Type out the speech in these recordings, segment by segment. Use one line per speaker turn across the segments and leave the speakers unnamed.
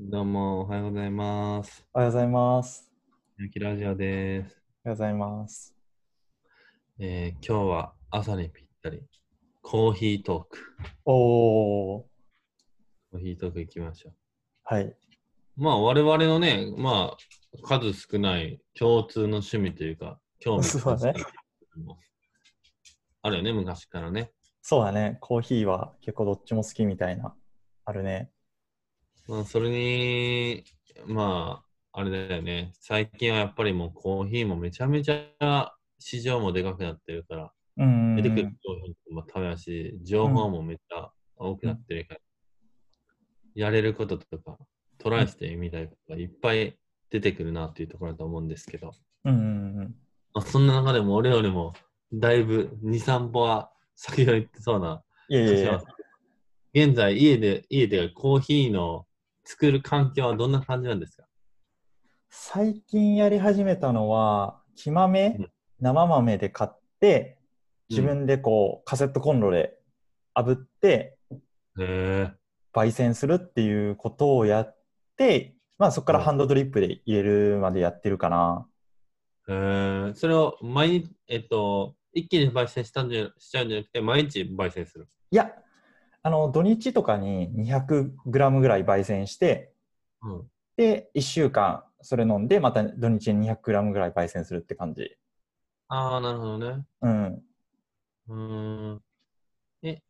どうも、おはようございます。
おはようございます。
ゆきラジオです、
おはようございます。
えー今日は朝にぴったり、コーヒートーク。
おー、
コーヒートーク行きましょう。
はい。
まあ、我々のね、まあ、数少ない共通の趣味というか、興味
そうだね
あるよね、昔からね。
そうだね、コーヒーは結構どっちも好きみたいな、あるね。
まあ、それに、まあ、あれだよね。最近はやっぱりもうコーヒーもめちゃめちゃ市場もでかくなってるから、
うんう
出
んう
てくる
ん。
商品も食べやし、情報もめっちゃ多くなってるから、やれることとか、トライしてみたいことがいっぱい出てくるなっていうところだと思うんですけど、
うんうんうん。
まあ、そんな中でも俺よりもだいぶ2、3歩は先を行ってそうない
や
気が
いや
し
い
ま
や
す。現在、家で、家でコーヒーの作る環境はどんな感じなんですか
最近やり始めたのは、木豆、
うん
生豆で買って、自分でこう、カセットコンロで炙って、
へえ
焙煎するっていうことをやって、まあそこからハンドドリップで入れるまでやってるかな。
へえそれを毎日、えっと、一気に焙煎したんじゃしちゃうんじゃなくて、毎日焙煎する。
いや、あの、土日とかに 200g ぐらい焙煎して、
うん
で、1週間それ飲んで、また土日に 200g ぐらい焙煎するって感じ。
ああ、なるほどね。
うん。
うーん。え、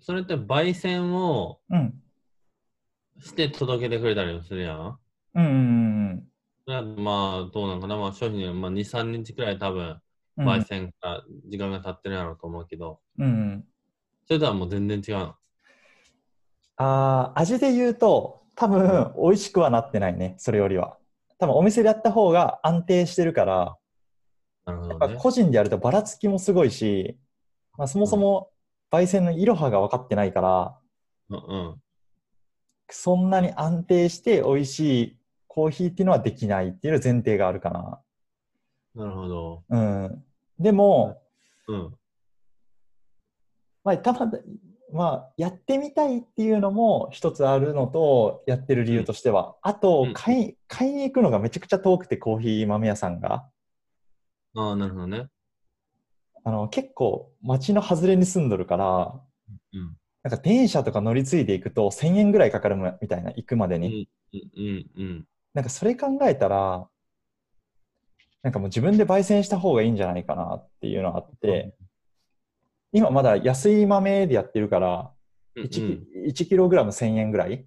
そそれって焙煎を
うん。
して届けてくれたりもするやん。
うんうん
それはまあ、どうなんかな。まあ、商品にはまあ、2、3日くらい多分、
うんうん。
焙煎から時間が経ってるやろうと思うけど、
うんうん。
それとはもう全然違うの。
あー味で言うと、多分、美味しくはなってないね、それよりは。多分、お店でやった方が安定してるから、
なるほ
やっ
ど
ぱ
ね。
個人でやるとばらつきもすごいし、まあ、そもそも焙煎のいろはが分かってないから、
うんうん。
そんなに安定して美味しいコーヒーっていうのはできないっていう前提があるか
なるほど。
な。うん。でも、
うん。
まあ、たまた、まあ、やってみたいっていうのも一つあるのと、やってる理由としては。あ
う
と
ん、
買い、買いに行くのがめちゃくちゃ遠くて、コーヒー豆屋さんが。
ああ、なるほどね。
あの、結構、街の外れに住んどるから、
うん。
なんか電車とか乗り継いでいくと1000円ぐらいかかるむみたいな、行くまでに。
うんうんうん。
なんかそれ考えたら、なんかもう自分で焙煎した方がいいんじゃないかなっていうのがあって、今まだ安い豆でやってるから、
うんうん。
1, キ1キログラム1000円ぐらい、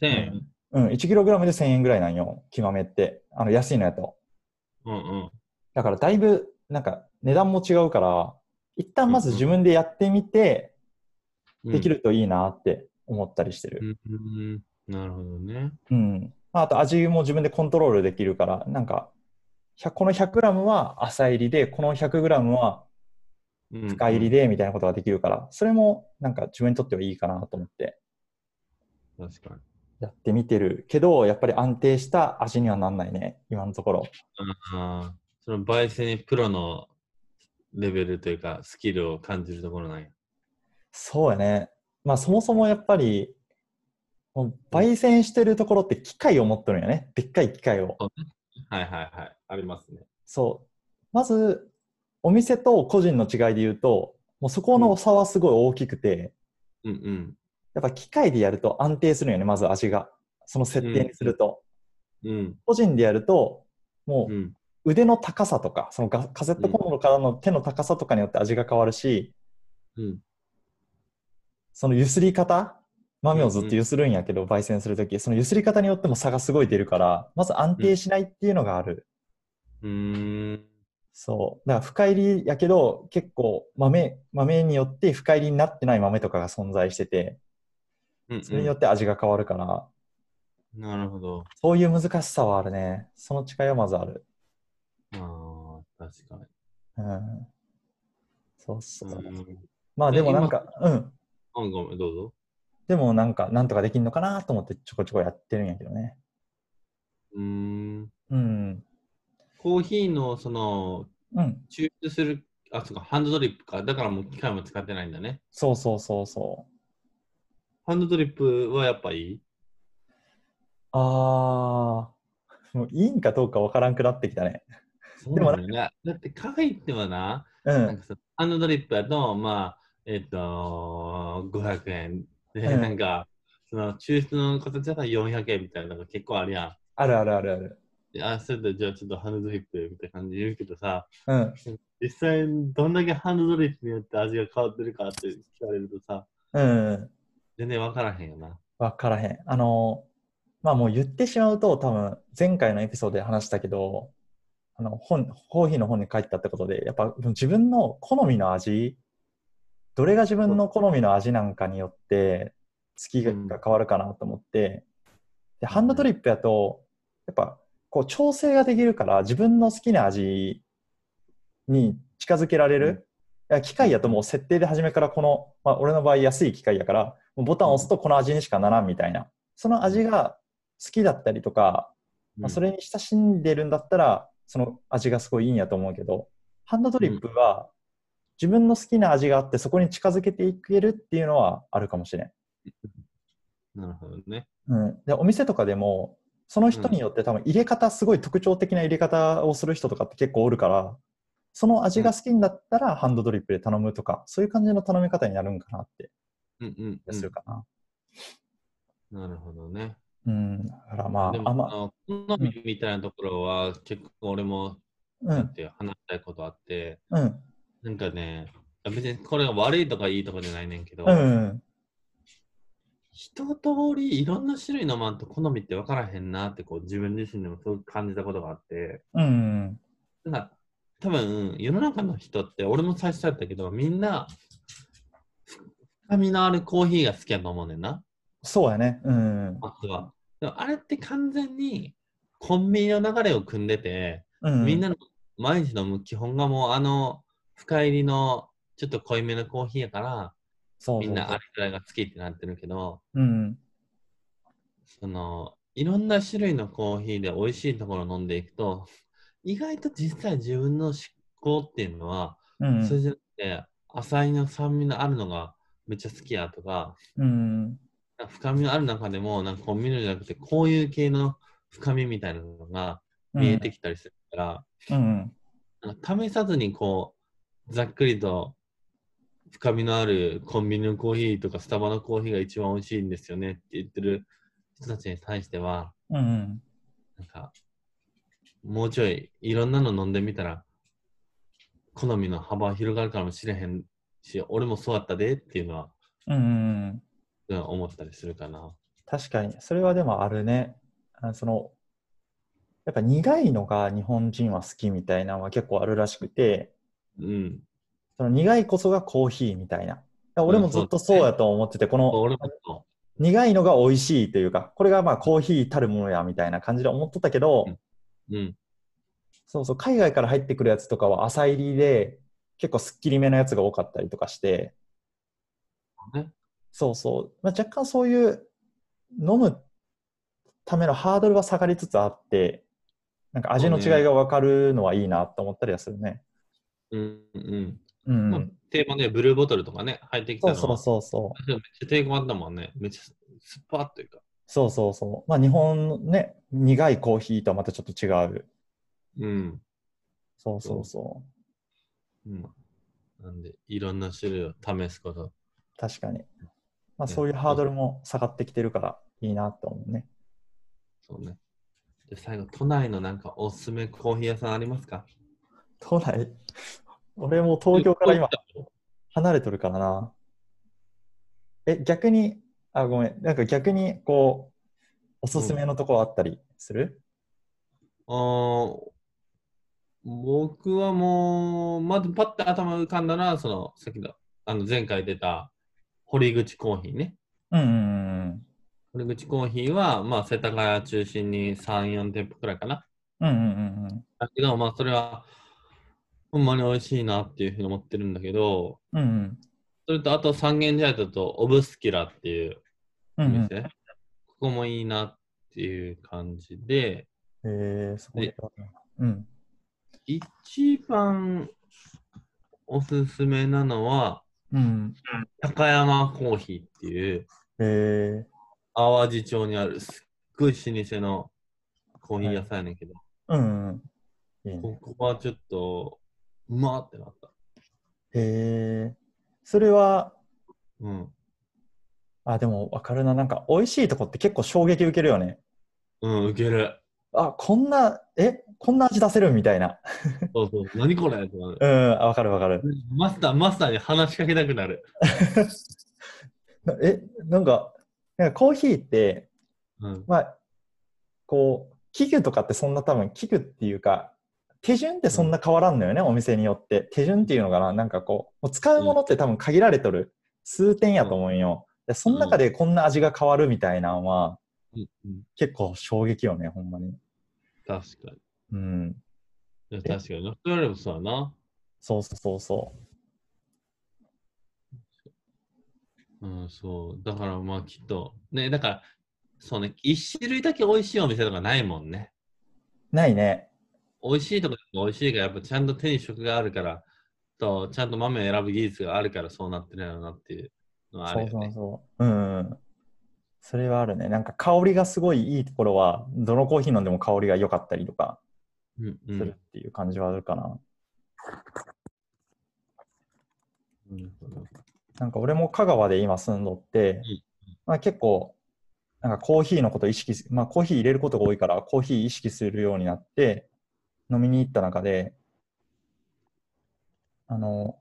1000円。
うん、1キログラムで1000円ぐらいなんよ、木豆って。あの安いのやと。
うんうん。
だからだいぶ、なんか値段も違うから、一旦まず自分でやってみて、
うん
でき。るといいなって思ったりして
う
る。
んうん。なるほどね。
うん。まあ、あと味も自分でコントロールできるから、なんか、100この 100g は浅入りで、この 100g は
うん
深入りでみたいなことができるから、それもなんか自分にとってはいいかなと思って
うん。確かに。
やってみてるけど、やっぱり安定した味にはなんないね、今のところ。
ああ、その焙煎にプロのレベルというか、スキルを感じるところなんや。
そうやね。まあそもそもやっぱり、もう焙煎してるところって機械を持ってるんよね。でっかい機械を。
はいはいはい。ありますね。
そう。まず、お店と個人の違いで言うと、もうそこの差はすごい大きくて、
うんうん。
やっぱ機械でやると安定するよね、まず味が。その設定にすると。
うん
個人でやると、も
う。
うん腕の高さとか、そのガカセットコンロからの手の高さとかによって味が変わるし、
うん。
その揺すり方、豆をずっと揺するんやけど、焙煎するとき、その揺すり方によっても差がすごい出るから、まず安定しないっていうのがある。
うーん。
そう。だから深入りやけど、結構豆、豆によって深入りになってない豆とかが存在してて、
うんうん
それによって味が変わるから、
なるほど。
そういう難しさはあるね。その違いはまずある。
ああ、確かに。
うんそうそう。
うん
まあ
え
でもなんか、うん。
あごめん、どうぞ。
でもなんか、なんとかできんのかなと思ってちょこちょこやってるんやけどね。
うーん。
うん。
コーヒーのその
うん。
抽出する、あ、そうか、ハンドドリップか。だからもう機械も使ってないんだね。
そうそうそうそう。
ハンドドリップはやっぱいい
あー、もういいんかどうかわからんくなってきたね。
そうなんだよね。だってカフェ行ってはな、
う
なん
ん。
かさハンドドリップやと、まあ、えっ、と、500円で、
うん
なんか、その抽出の形だったら400円みたいなのが結構あるやん。
あるあるあるある。
であ、それでじゃあちょっとハンドドリップみたいな感じで言うけどさ、
うん。
実際どんだけハンドドリップによって味が変わってるかって聞かれるとさ、
うん。
全然分からへんよな。
わからへん。あの、まあもう言ってしまうと、多分前回のエピソードで話したけど、あの本、コーヒーの本に書いてたってことで、やっぱ自分の好みの味、どれが自分の好みの味なんかによって、好きが変わるかなと思って、で、ハンドドリップやと、やっぱこう調整ができるから、自分の好きな味に近づけられる。いや機械やともう設定で初めからこの、まあ、俺の場合安い機械やから、もうボタンを押すとこの味にしかならんみたいな。その味が好きだったりとか、まあ、それに親しんでるんだったら、その味がすごいいいんやと思うけど、ハンドドリップは自分の好きな味があって、そこに近づけていけるっていうのはあるかもしれん。
なるほどね。
うん、でお店とかでもその人によって多分入れ方すごい特徴的な入れ方をする人とかって結構おるからその味が好きんだったらハンドドリップで頼むとかそういう感じの頼み方になるんかなって
うんうん、
するかな、
なるほどね。
うんだからま
で
あ
も
あ
あ
んま
の好みみたいなところは結構俺も
う
なん
ん
ていう話したいことあって、
うん
なんかね、別にこれが悪いとかいいとかじゃないねんけど、
うん
一通りいろんな種類のマンと好みって分からへんなってこう自分自身でもすごく感じたことがあって、
うん
なんか多分世の中の人って俺も最初だったけど、みんな深みのあるコーヒーが好きやと思うねんな、
そうやねうん
マスは。でもあれって完全にコンビニの流れを組んでて、
うん
みんなの毎日の基本がもうあの深入りのちょっと濃いめのコーヒーやから、
そう
み
そ
ん
う
な
そ
あ
う
れくらいが好きってなってるけど、
うん
そのいろんな種類のコーヒーで美味しいところを飲んでいくと、意外と実際自分の思考っていうのは、
うん
それじゃなくて、浅いの酸味のあるのがめっちゃ好きやとか、
うん
深みのある中でも、なんかこう見るんじゃなくて、こういう系の深みみたいなのが見えてきたりするから、
うん
なんか試さずにこう、ざっくりと深みのあるコンビニのコーヒーとかスタバのコーヒーが一番美味しいんですよねって言ってる人たちに対しては、
うん
なんか、もうちょいいろんなの飲んでみたら、好みの幅広がるかもしれへんし、俺もそうだったでっていうのは、
うん
うん思ったりするかな。
確かに、それはでもあるね。あのそのやっぱ苦いのが日本人は好きみたいなのは結構あるらしくて、
うん。
その苦いこそがコーヒーみたいな。だから俺もずっとそうやと思ってて、この
俺もそ
苦いのが美味しいというか、これがまあコーヒーたるものやみたいな感じで思っとったけど、
うんう。うん。
そうそう、海外から入ってくるやつとかは浅入りで、結構すっきりめのやつが多かったりとかして、
ね
そうそう、まあ、若干そういう飲むためのハードルは下がりつつあって、なんか味の違いが分かるのはいいなと思ったりはするね。
うん。うん。
う
まあ
ん。
テーマね、ブルーボトルとかね、入ってきた
そ
の
う
は
そうそうそう。
めっちゃ抵抗あったもんね。めっちゃ酸っぱっというか。
そうそうそう。まあ日本のね、苦いコーヒーとはまたちょっと違う。
うん。
そうそうそ
うん、なんで、いろんな種類を試すこと。
う。確かに。まあ
ね
そういうハードルも下がってきてるからいいなと思うね。
そうね。で、最後、都内のなんかおすすめコーヒー屋さんありますか
都内俺もう東京から今。離れとるからな。え、逆に、あ、ごめん、なんか逆に、こう、おすすめのとこあったりする、
あー僕はもう、まずパッと頭浮かんだのは、その、さっきの、あの、前回出た、堀口コーヒーね。
うん、うん
堀口コーヒーは、まあ、世田谷中心に3、4店舗くらいかな。
うんうん。うんうんうん
だけど、まあ、それは、ほんまに美味しいなっていうふうに思ってるんだけど、
うん。うん
それと、あと、三軒茶屋だと、オブスキュラっていうお
うん。うん
店、ここもいいなっていう感じで、
うん。えー、そこで。うん。
一番おすすめなのは、
うん。
高山コーヒーっていう、
え
淡路町にあるすっごい老舗のコーヒー屋さんやねんけど、
ー、うんうん。いいね。
ここはちょっと、うまーってなった。
えー、それは、
うん。
あ、でもわかるな。なんか、美味しいとこって結構衝撃受けるよね。
うん、ウケる。
あ、こんな、え、こんな味出せるみたいな。
そうそう。 何これってなる
うん、あわかるわかる。
マスター、マスターに話しかけたくなる。
な え、なんか、なんかコーヒーって、
うん。
まあ、こう、器具とかってそんな多分、器具っていうか、手順ってそんな変わらんのよね、お店によって。手順っていうのかな、なんかこう、もう使うものって多分限られとる、数点やと思うんよ。で、その中でこんな味が変わるみたいなのは、
うんうん
結構衝撃よね、ほんまに。
確か
うん。
に。いや確かに。それよりもそうやな。
そうそうそうそ
うん、そう。だからまあきっと、ね、だから、そうね、一種類だけ美味しいお店とかないもんね。
う。ないね。
美味しいとか美味しいが、やっぱちゃんと手に職があるから、と、ちゃんと豆を選ぶ技術があるからそうなってるやろなっていうのはあ
そ
る
う
よ
そ
ね
う。そう。うんうん。それはあるね。なんか香りがすごいいいところは、どのコーヒー飲んでも香りが良かったりとか
うんう
する
ん
っていう感じはあるかな。
うん
なんか俺も香川で今住んどって、
うん
まあ、結構、なんかコーヒーのことを意識す、まあコーヒー入れることが多いから、コーヒー意識するようになって、飲みに行った中で、あの、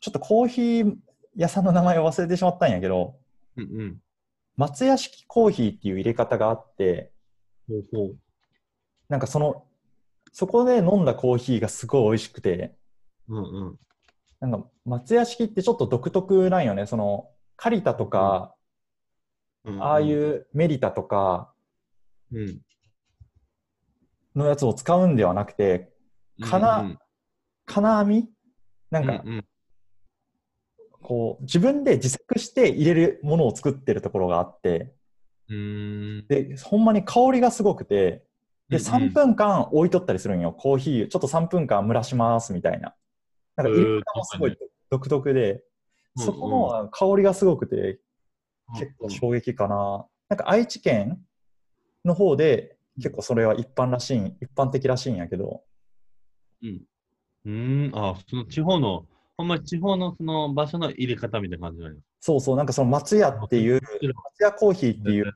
ちょっとコーヒー屋さんの名前を忘れてしまったんやけど、
うんうん。
松屋式コーヒーっていう入れ方があって、
ほうほう。
なんかその、そこで飲んだコーヒーがすごい美味しくて、
うんうん。
なんか松屋式ってちょっと独特なんよね。その、カリタとか、
うんうん
ああい。うメリタとか
うん。
のやつを使うんではなくて、かな
うん
金網な
うんん、
か
うんうん
こう、自分で自作して入れるものを作ってるところがあって、
うーん。
で、ほんまに香りがすごくて、
うん
で、
うん
3分間置いとったりするんよ。コーヒー、ちょっと3分間蒸らしますみたいな。なんか入れ方もすごい独特で、
うんうん
そこの香りがすごくて、結構衝撃かな。なんか愛知県の方で結構それは一般らしいん、一般的らしいんやけど、
うん。うん、あ、その地方の、ほんまに地方のその場所の入れ方みたいな感じなんや。
そうそう、なんかその松屋っていう、松屋コーヒーっていう
うん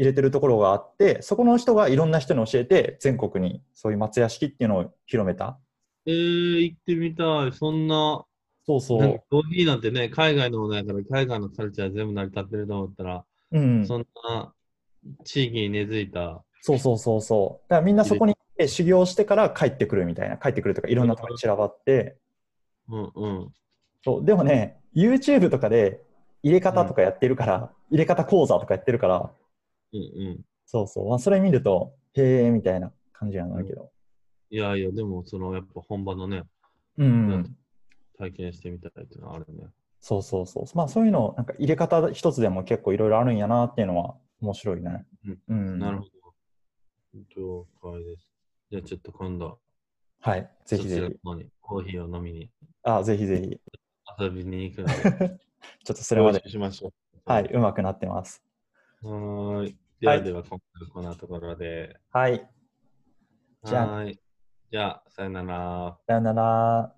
入れてるところがあって、そこの人がいろんな人に教えて、全国にそういう松屋式っていうのを広めた。
えー、行ってみたい。そんな、
そうそ
なんか
う。
コーヒーなんてね、海外のものやから、海外のカルチャー全部成り立ってると思ったら、
うん、
そんな地域に根付いた、
そうそうそうそう。だからみんなそこに行って修行してから帰ってくるみたいな、帰ってくるとかいろんなところに散らばって、
うんうん。
そうでもね、YouTube とかで入れ方とかやってるから、入れ方講座とかやってるから、
うんうん。
そうそう、まあ、それ見ると、へえみたいな感じなんだけど。
いやいや、でも、その、やっぱ本場のね、
うん、うん
うん体験してみたいっていうのはあるね。
そうそうそう。まあそういうの、なんか入れ方一つでも結構いろいろあるんやなっていうのは面白いね。うん。
なるほど。了解です。じゃあ、ちょっと今度、
はい。ぜひぜ
そちら
ひ
の。方にコーヒーを飲みに
あ、ぜひぜひ。
遊びに行くので、
ちょっとそれま
了
で、
承しましょう。
はい、。うまくなってます。
はーい。ではでは、今回はこんなところで。
はい。じゃあ
はーい。じゃあ、さよなら。
さよなら。